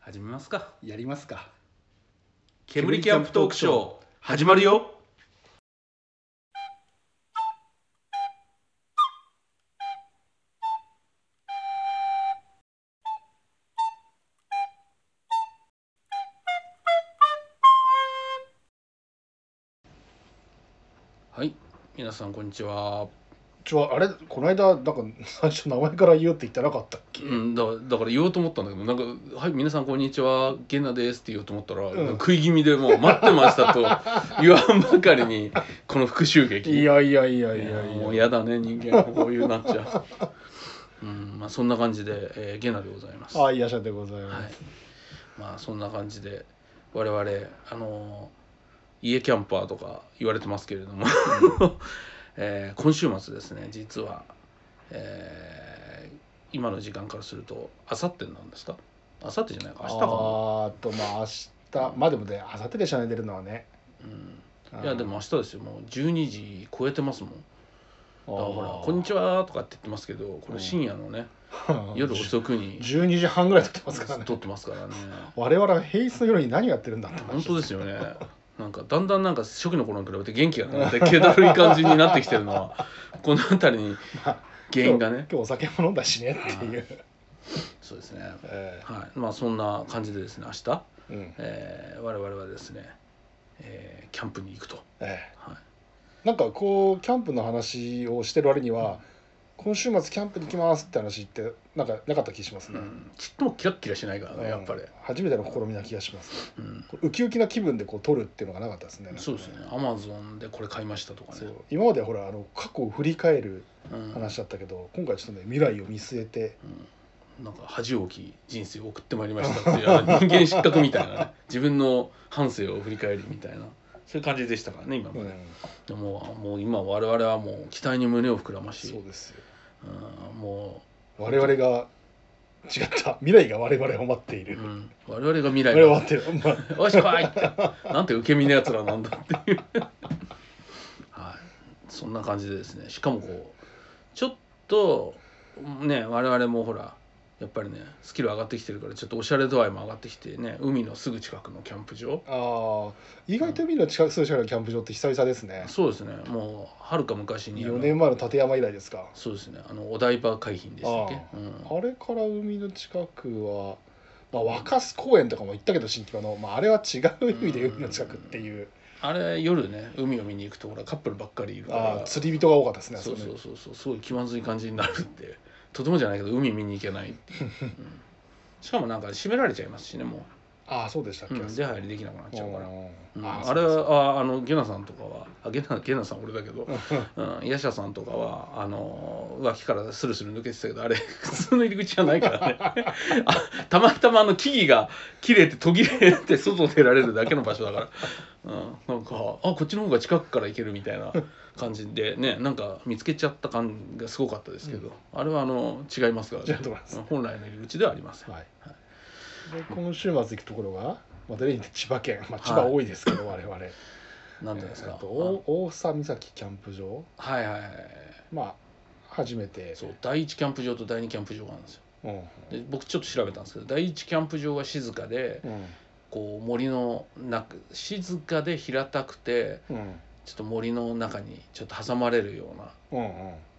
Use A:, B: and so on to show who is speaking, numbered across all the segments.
A: 始めますか
B: やりますか
A: 煙キャンプトークショー始まるよはい皆さんこんにちは、
B: ちょあれこの間なんか最初名前から言うって言ってなかったっけ、
A: うん、だだから言おうと思ったんだけどなんか「はい皆さんこんにちはゲンナです」って言おうと思ったら、
B: うん
A: 食い気味でもう「待ってま した」と言わんばかりにこの復讐劇
B: いやいやいやい
A: いや
B: やい
A: も
B: や
A: う嫌だね人間こういうなっちゃううんまあそんな感じで、えーゲナでございます
B: あいらっしゃってございます、
A: はいまあそんな感じで我々あのー家キャンパーとか言われてますけれども、 えー今週末ですね実は、えー今の時間からするとあさってなんですかあさってじゃないか明日かな
B: あーっとまあ明日まあでもねあさってでしゃね出るのはね
A: うんいやでも明日ですよもう12時超えてますもん
B: あ
A: だからほら「こんにち
B: は
A: は」とかって言ってますけどこれ深夜のね 夜遅くに
B: 12時半ぐらい撮ってますからね
A: 撮ってますからね
B: 我々は平日の夜に何やってるんだって話
A: 本当ですよねなんかだんだんなんか初期の頃に比べて元気がなくなって気だるい感じになってきてるのは この辺りに原因が
B: 今
A: ね
B: 日今日お酒も飲んだしねっていう、
A: そうですね
B: え
A: はいまあそんな感じでですね明日、
B: えうん
A: えー我々はですね、えーキャンプに行くと、
B: え
A: はい、
B: えなんかこうキャンプの話をしてる割には、今週末キャンプに行きますって話ってなんかなかった気します
A: う
B: ね、
A: ん、ちっともキラッキラしないからねやっぱり
B: うん、初めての試みな気がします
A: うん、
B: こうウキウキな気分でこう撮るっていうのがなかったですね
A: そうですねアマゾンでこれ買いましたとか
B: そ
A: ね
B: う今まではほらあの過去を振り返る
A: うん
B: 話だったけど、今回ちょっとね未来を見据えて
A: うんなんか恥を置き人生を送ってまいりましたっていうあの人間失格みたいなね自分の反省を振り返りみたいなそういう感じでしたからね今まで、でももう今我々はもう期待に胸を膨らまし
B: そうですよ
A: うんも、
B: 我々が違った未来が我々を待っていう
A: う
B: る、
A: ん、我々が未来
B: 我々を
A: が
B: 待ってる、まあ
A: 「おし来い!」ってなんて受け身のやつらなんだっていうはいそんな感じでですねしかもこうちょっとね我々もほらやっぱりねスキル上がってきてるからちょっとおしゃれ度合いも上がってきてね海のすぐ近くのキャンプ場
B: あー意外と海の近くすぐ近くのキャンプ場って久々ですね、
A: そうですねもうはるか昔にあの
B: 4年前の立山以来ですか
A: そうですねあのお台場海浜でしたっけ
B: あ、
A: うん、
B: あれから海の近くは、まあ、若洲公園とかも行ったけど新規場の、まあ、あれは違う意味で海の近くっていう、
A: あれ夜ね海を見に行くとほらカップルばっかりいるか
B: あ
A: ら
B: ー釣り人が多かったですね
A: そう
B: あこ
A: そ
B: ね
A: うそうそうすごい気まずい感じになるって とてもじゃないけど海見に行けないっていう、うんしかもなんか閉められちゃいますしねも
B: ああそうでしたっ
A: う、
B: け、
A: うん、出入りできなくなっちゃうから、うん
B: あ
A: あれはああのゲナさんとかはあゲナゲナさん俺だけど、 うん、ヤシャさんとかはあのー脇からスルスル抜けてたけどあれ 普通の入り口じゃない からねあたまたまあの木々が切れて途切れて外出られるだけの場所だから、うん、なんかあこっちの方が近くから行けるみたいな感じでねなんか見つけちゃった感がすごかったですけど、あれはあの違いますから
B: 違う
A: ね
B: と思います
A: うん本来の入り口ではありません。
B: はい、で今週末行くところが、まあ、例によって千葉県、まあ、千葉多いですけど、我々
A: なんていうんです
B: え
A: か、
B: っと大大房岬キャンプ場
A: あはいはいはい
B: まあ初めて
A: そう第一キャンプ場と第二キャンプ場があるんですよ。
B: うんうん
A: で僕ちょっと調べたんですけど第一キャンプ場は静かでこう森の中静かで平たくて
B: うん
A: ちょっと森の中にちょっと挟まれるような
B: うん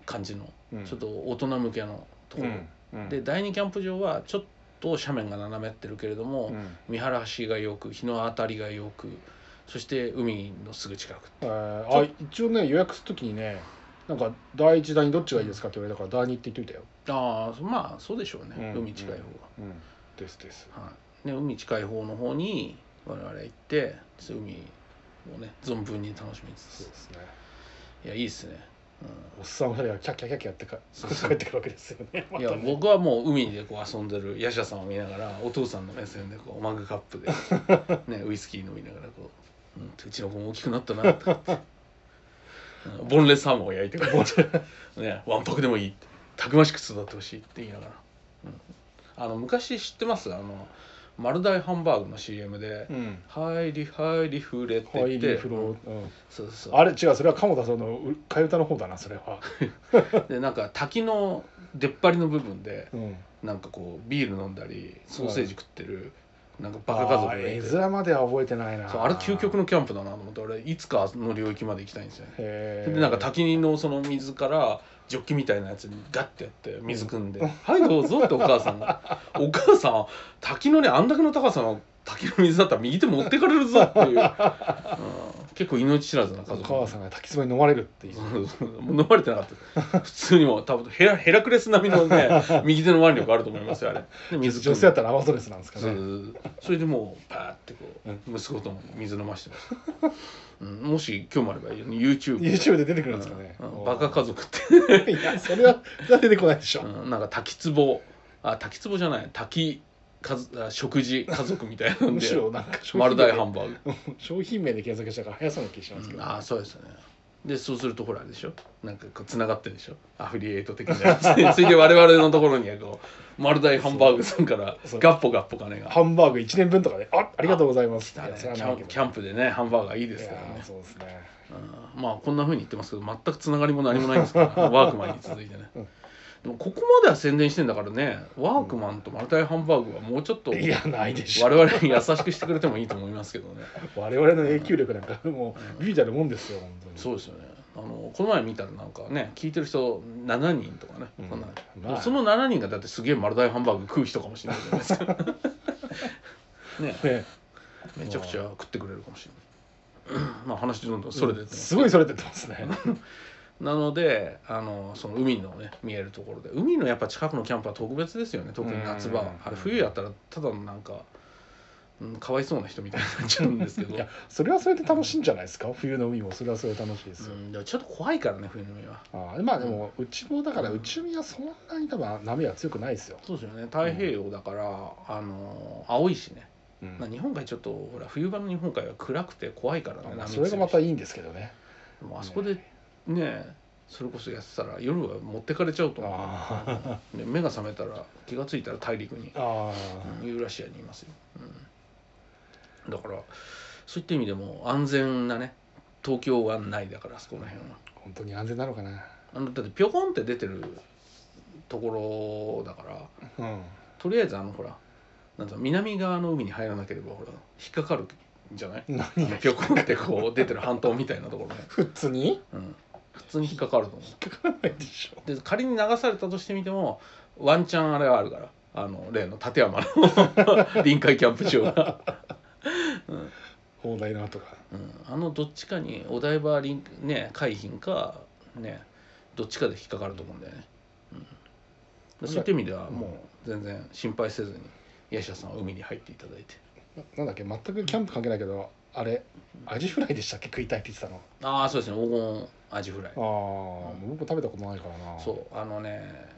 A: 感じの、
B: うん
A: ちょっと大人向けのとこ
B: う
A: ろ、
B: んうん
A: で第二キャンプ場はちょっと斜面が斜めってるけれども、
B: うん
A: 見晴らしがよく日の当たりがよくそして海のすぐ近く
B: えーあ一応ね予約するときにねなんか第一第二どっちがいいですかって言われたから第二って言っといたよ、
A: ああまあそうでしょうね、
B: うん
A: 海近い方
B: うん、ですです
A: が、はい、で海近い方の方に我々行ってちょっと海をね存分に楽しみつ
B: そう
A: つ
B: ですね
A: いやいいですね、うん
B: おっさん二人がキャッキャッキャッキャやってか
A: そうそう
B: 帰ってくるわけですよね
A: いや僕はもう海でこう遊んでるヤシャさんを見ながらお父さんの目線でこうマグカップ で、ね、ウイスキー飲みながらこう、うん、うちの子も大きくなったなとかってうんボンレスサーモンを焼いてくれ て、ね、わんぱくでもいいってたくましく育ってほしいって言いながら、うんあの昔知ってますあの丸大ハンバーグの CM で
B: うん
A: 「はいりはいりふれ」って
B: ハ
A: 言っ
B: イリ
A: て
B: ーフロー、うん
A: そうそう
B: あれ違うそれは鴨田さんのう替え歌の方だなそれは、
A: でなんか滝の出っ張りの部分で
B: うん、
A: なんかこうビール飲んだりソーセージ食ってる、なんかバ
B: バ
A: カ
B: カ
A: 家族が
B: 絵
A: いて
B: 面までは覚えてないな
A: そうあれ究極のキャンプだなと思って俺いつかの領域まで行きたいんですよね
B: へ
A: で
B: ー
A: なんか滝のその水からジョッキみたいなやつにガッてやって水汲んで「はいどうぞ」ってお母さん が「お母さん滝のねあんだけの高さの滝の水だったら右手持ってかれるぞ」 っていう、うん結構命知らずな家
B: お
A: 族
B: 母さんが滝壺に飲まれるっていう
A: そうそうもう飲まれてなかった普通にもう多分ヘラヘラクレス並みのね 右手の腕力あると思いますよあれで水汲
B: 女
A: ん
B: 性だっ
A: で
B: たらアマゾネスなんですか
A: そうそう
B: ね
A: そうそれでもうパーってこう息子とも水飲ましてました、 うん、もし興味あれば YouTube
B: YouTube で出てくるんですかね
A: うんうんバカ家族 って、
B: いやそれはそれは出てこないでしょ
A: うんなんか滝壺あ滝壺じゃない滝かずあ食事家族みたいなん
B: む
A: で
B: しろなんか商
A: 丸
B: 品
A: 大
B: 名
A: ハンバーグ、
B: 商品名で検索したから早そうな気がしますけ
A: う
B: ど
A: んああそうですよねでそうするとほらあれでしょなんかこう繋がってるでしょアフリエイト的なやつ でついで我々のところにはこう丸大ハンバーグさんから
B: そう
A: ガッポガッポ金が
B: ハンバーグ1年分とかであありがとうございます
A: 来たね
B: いや
A: キ
B: それはな
A: ャ
B: い
A: ン
B: けど
A: キャンプでねハンバーガーいいですから
B: いや
A: ね
B: そうですね
A: うんまあこんなふうに言ってますけど全くつながりも何もないんですから ワークマンに続いてね、
B: うん
A: でもここまでは宣伝してんだからねワークマンとマルタイハンバーグはもうちょっと
B: いやないでしょ
A: 我々に優しくしてくれてもいいと思いますけどね
B: 我々の永久力なんかもうビビたるもんですよ本当に
A: そうですよねあのこの前見たらなんかね聞いてる人7人とかね、
B: うん
A: そんな
B: まあ
A: その7人がだってすげえマルタイハンバーグ食う人かもしれないじゃないですかね
B: ね
A: めちゃくちゃ食ってくれるかもしれない まあ話どんどんそれでってます
B: ごいそれ出てますね
A: なのであのその海のね見えるところで海のやっぱ近くのキャンプは特別ですよね特に夏場
B: うん
A: はあれ冬やったらただのなんか、うん、かわいそうな人みたいになっちゃうんですけど
B: いやそれはそれで楽しいんじゃないですか冬の海もそれはそれで楽しいです
A: う
B: よ、
A: ん、でもちょっと怖いからね冬の海は
B: ああまあでもうちもだから内海はそんなに多分波は強くないですよ、
A: そうですよね太平洋だから、あの青いしね、
B: うん
A: まあ日本海ちょっとほら冬場の日本海は暗くて怖いからね
B: ま
A: 波
B: あ、そ
A: 強い
B: れ
A: し
B: がまたいいんですけどね
A: でもあそこでねそれこそやってたら夜は持ってかれちゃうと思
B: あ
A: うで目が覚めたら気が付いたら大陸に
B: ああ
A: うんユーラシアにいますよ、うん、だからそういった意味でも安全なね東京湾内だからあそこの辺は
B: 本当に安全なのかな
A: あのだってピョコンって出てるところだから
B: うん
A: とりあえずあのほらなんだ南側の海に入らなければほら引っかかるんじゃない
B: 何
A: あのピョコンってこう出てる半島みたいなところね、
B: 普通に
A: うん、普通に引っかかると思う
B: 引っかからないでしょ
A: で仮に流されたとしてみてもワンチャンあれはあるからあの例の立山の 臨海キャンプ場が
B: 砲台の跡が
A: うん、あのどっちかにお台場リンね海浜かねどっちかで引っかかると思うんだよね、うん、そういった意味では
B: うん
A: もう全然心配せずに八代さんは海に入っていただいて
B: ななんだっけ全くキャンプ関係ないけどあれアジフライでしたっけ食いたいって言ってたの
A: ああそうですね黄金アジフライ
B: ああもう僕食べたことないからな
A: そうあのね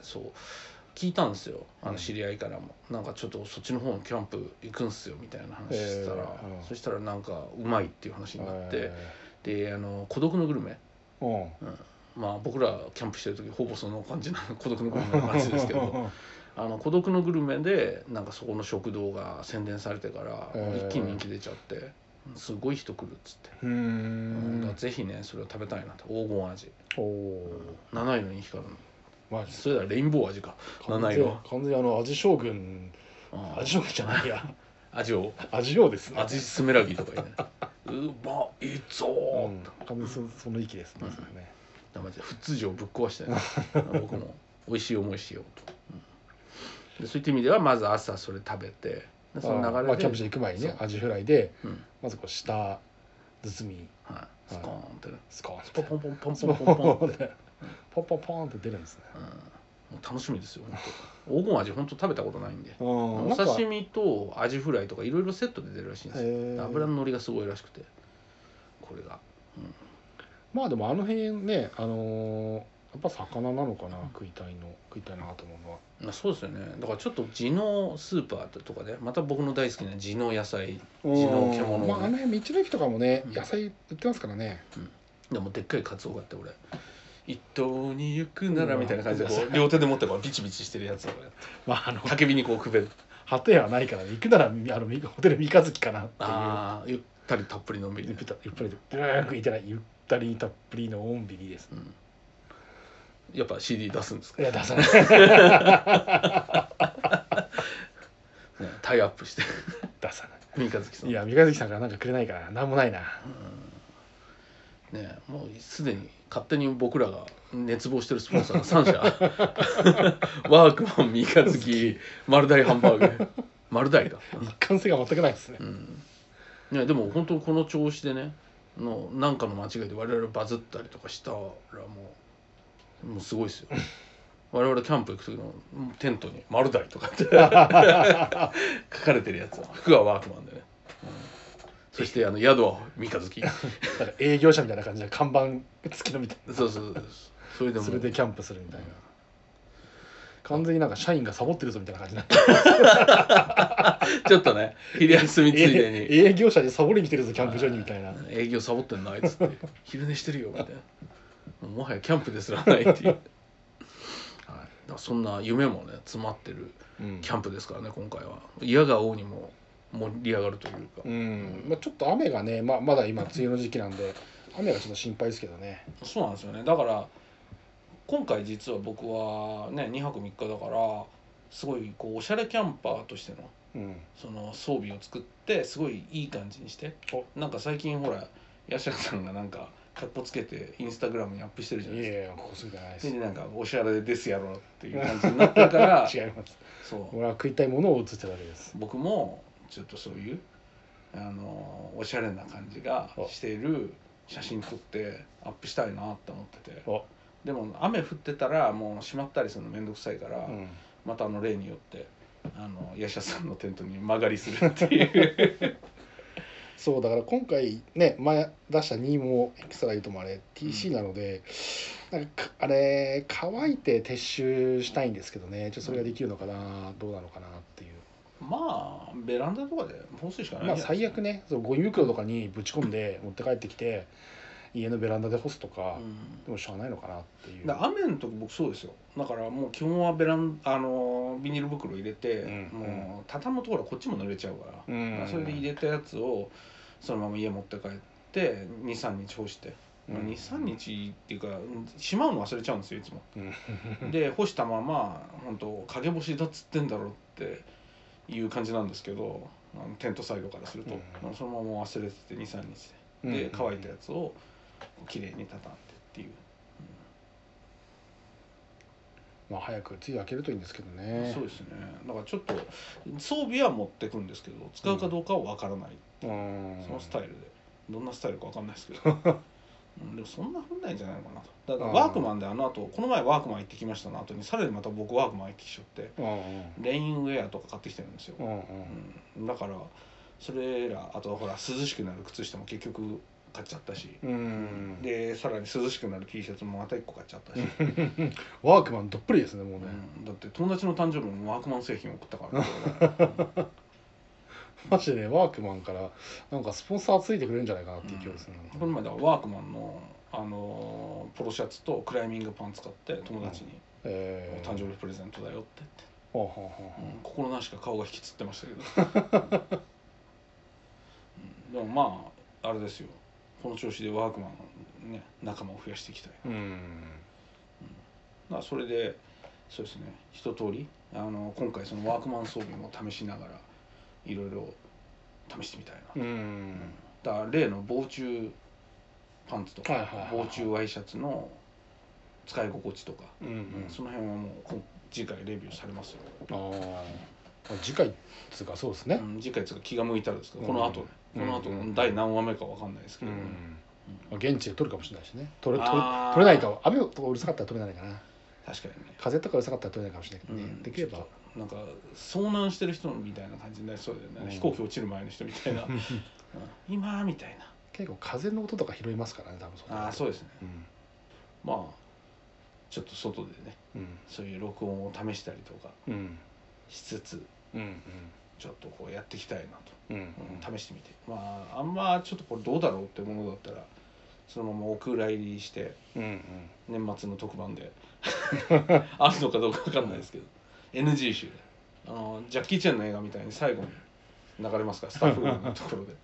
A: そう聞いたんですよあ
B: う
A: の
B: ん
A: 知り合いからも、なんかちょっとそっちの方のキャンプ行くんすよみたいな話してたら、
B: へーうん
A: そしたらなんかうまいっていう話になって、
B: え
A: であの孤独のグルメ、
B: ーうん
A: まあ僕らキャンプしてる時ほぼその感じな孤独のグルメの話ですけ どあの孤独のグルメでなんかそこの食堂が宣伝されてから
B: へー
A: 一気に人気出ちゃってすごい人来るっつって、
B: うー
A: うんだから
B: ん
A: ぜひねそれを食べたいなと黄金味
B: おお
A: 七色に光るの
B: マジ
A: それだレインボー味か
B: 完
A: 七
B: 全
A: 色
B: 完全にあの味将軍
A: うん
B: 味将軍じゃない や
A: 味を
B: 味王ですね
A: 味スメラギとか言うね うまいぞ
B: う
A: ー、
B: ん完全にそその域ですね
A: うん
B: それね
A: だから普通常ぶっ壊してね 僕も美味しい思いしようと、うんでそういった意味ではまず朝それ食べてでその
B: あー
A: 流
B: ま
A: れ
B: あ
A: で、
B: キャンプ場行く前にねアジフライで
A: うん
B: まずこう下包み
A: はい、スコーンってね、
B: スコー
A: ポ
B: ンと
A: ンポンポンポンポンポ
B: ポ
A: ンポン
B: ンってポンポンポンって出るんですね
A: うん、もう楽しみですよ本当黄金味本当食べたことないんで
B: う
A: お
B: なんか
A: 刺身とアジフライとかいろいろセットで出るらしいんですよ
B: へー
A: 油の乗りがすごいらしくてこれが
B: まあでもあの辺ねあのーやっぱ魚なのかな食いたいの食いたいなと思うのは
A: まあそうですよねだからちょっと地のスーパーとかでまた僕の大好きな地の野菜地の獣をね
B: まああの辺道の駅とかもね
A: うん
B: 野菜売ってますからね
A: でもでっかいカツオがあって俺一等に行くなら
B: うん
A: みたいな感じでこう両手で持ってこうビチビチしてるやつを やって
B: まああの
A: 焚き火にこうくべる
B: 果てはないからね行くならみあのみホテル三日月かなってい
A: あ
B: う
A: あゆったりたっぷりのんびり
B: ゆ
A: ね
B: っ、たゆっぱりでブーン食いたらゆったりたっぷりのおんびりです
A: うん、やっぱ CD 出すんですか、
B: いや出さない
A: ね、タイアップして
B: 出さない
A: 三日月さん
B: いや三日月さんからなんかくれないからなんもないな
A: うんねえもうすでに勝手に僕らが熱望してるスポンサ ーが3社ワークマン三日月丸大ハンバーグ丸大か、
B: 一貫性が全くない ですね
A: うんね、でも本当この調子でねのなんかの間違いで我々バズったりとかしたらもうもうすごい ですよ我々キャンプ行く時のテントに「丸大」とかって書かれてるやつ服はワークマンでね、うんそしてあの宿は三日月
B: なんか営業者みたいな感じで看板付きのみたい
A: そうそうそうそれで
B: な
A: も
B: それでキャンプするみたいな完全になんか社員がサボってるぞみたいな感じにな って
A: ちょっとね昼休みつい でに
B: 営業者でサボりに来てるぞキャンプ場にみたいな
A: 営業サボってんのあいつって昼寝してるよみたいなもはやキャンプですら ないっていう、はい、だからそんな夢もね詰まってる
B: うん
A: キャンプですからね今回は嫌が王にも盛り上がるというか、
B: うんまあ、ちょっと雨がね、まあ、まだ今梅雨の時期なんで雨がちょっと心配ですけどね
A: そうなんですよねだから今回実は僕はね2泊3日だからすごいこうおしゃれキャンパーとしての
B: うん
A: その装備を作ってすごいいい感じにしてなんか最近ほら八坂さんがなんかかっこつけてインスタグラムにアップしてるじゃない
B: い
A: ですか
B: やいやここすぐじゃないです
A: それでなんかおしゃれですやろっていう感じになってるから
B: 違います
A: そう
B: 俺は食いたいものを写ってるだけです
A: 僕もちょっとそういうあのおしゃれな感じがしている写真撮ってアップしたいなって思ってて
B: お
A: でも雨降ってたらもうしまったりするの面倒くさいから、
B: うん
A: またあの例によってあのヤシャさんのテントに曲がりするって いう
B: そうだから今回ね前出した2もエクストラ言うともあれ TC なので、なんかあれ乾いて撤収したいんですけどねちょっとそれができるのかな、どうなのかなっていう
A: まあベランダとかで放水しかない
B: まあ
A: んじゃない
B: 最悪ねそうゴミ袋とかにぶち込 んで持って帰ってきて家のベランダで干すとか、
A: うん
B: でもしょうがないのかなっていう
A: だから雨の時僕そうですよだからもう基本はベランあのビニール袋入れて、
B: うん
A: もう畳のところはこっちも濡れちゃうから、
B: うん
A: それで入れたやつをそのまま家持って帰って23日干して、まあ
B: うん
A: 23日っていうかうんしまうの忘れちゃうんですよいつも
B: うん
A: で干したまま本当陰干しだっつってんだろうっていう感じなんですけどあのテントサイドからすると、
B: うん
A: あのそのまま忘れてて23日でで、乾いたやつをきれいに畳んでっていう、
B: まあ早く梅雨明けるといいんですけどね
A: そうですねだからちょっと装備は持ってくんですけど使うかどうかは分からない、
B: うん
A: そのスタイルでどんなスタイルか分かんないですけ どうんでもそんなふんないんじゃないのかなとだからワークマンであの後この前ワークマン行ってきましたの後にさらにまた僕ワークマン行ってきちゃって
B: うんうん
A: レインウェアとか買ってきてるんですよ、
B: うんうん
A: うんだからそれらあとほら涼しくなる靴下も結局買っちゃったし、
B: うん
A: でさらに涼しくなる T シャツもまた1個買っちゃったし、
B: ワークマンどっぷりですねもうね、
A: うんだって友達の誕生日もワークマン製品送った から、ね、
B: マジでねワークマンからなんかスポンサーついてくれるんじゃないかなっていう気がする
A: この
B: な、
A: 前だからワークマンの、あのーポロシャツとクライミングパンツ買って友達に「
B: えー
A: お誕生日プレゼントだよ」って言って、
B: ほうほうほうほ
A: うん心なしか顔が引きつってましたけど、 うんでもまああれですよこの調子でワークマンのね仲間を増やしていきたいう
B: うん
A: まあそれでそうですね一通りあの今回そのワークマン装備も試しながらいろいろ試してみたいな
B: うん
A: だから例の防虫パンツと
B: はい
A: か
B: はいはいはい
A: 防虫ワイシャツの使い心地とか、
B: うんうん
A: その辺はもう今次回レビューされますよ、
B: あー次回っつうかそうですね
A: うん次回つうか気が向いたらですけど
B: うん
A: この後ねこ
B: うん
A: の後第何話目かわかんないですけ
B: う
A: どね、
B: ん
A: うん
B: まあ現地で撮るかもしれないしね撮れ撮れ
A: あー
B: 撮れないか雨とかうるさかったら撮れないかな
A: 確かにね
B: 風とかうるさかったら撮れないかもしれないけどね、
A: うん
B: できれ
A: ち
B: ば
A: ょ っとなんか遭難してる人みたいな感じになりそうだよ
B: うん
A: ね飛行機落ちる前の人み たいなうん今みたいな
B: 結構風の音とか拾いますからね多分そ
A: ああそううですね
B: うん
A: まあちょっと外でね
B: うん
A: そういう録音を試したりとか
B: うん
A: しつつ
B: うん
A: ちょっとこうやっていきたいなと、
B: うん
A: うん試してみてまああんまちょっとこれどうだろうってものだったらそのままお蔵入りして
B: うんうん
A: 年末の特番で あるのかどうか分かんないですけど NG 集であのジャッキー・チェンの映画みたいに最後に流れ ますからスタッフのところで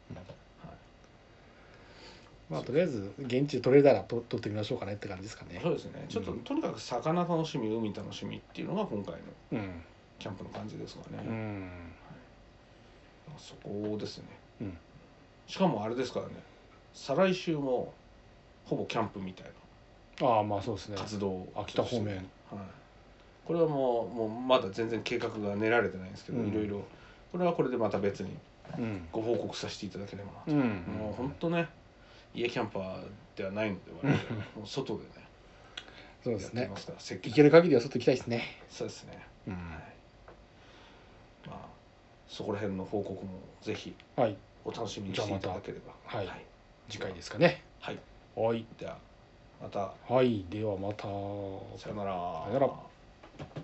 B: まあとりあえず現地で撮れたら撮撮ってみましょうかねって感じですかね
A: そうですねちょっと、
B: うん
A: とにかく魚楽 しみ海楽しみっていうのが今回の
B: うん
A: キャンプの感じですかね、
B: うん
A: そこですね、
B: うん
A: しかもあれですからね再来週もほぼキャンプみたい
B: ああまあそうですね
A: な活動を
B: 秋田方面
A: はい、これはもうもうまだ全然計画が練られてないんですけど、
B: うん
A: いろいろこれはこれでまた別に
B: うん
A: ご報告させていただければなと
B: うん
A: もう本当ね家キャンパーではないので我々はもう外でね
B: そうです
A: やっ
B: ね
A: てますから積
B: 行
A: 極
B: ける限りは外行きたいですね
A: そうですね、
B: うん
A: はい、まあそこら辺の報告もぜひ
B: はい
A: お楽しみにしていただければ
B: じゃあまたはい
A: はい、
B: 次回ですかね
A: はい
B: はい
A: ではまた
B: はいではまた
A: さよなら
B: さよなら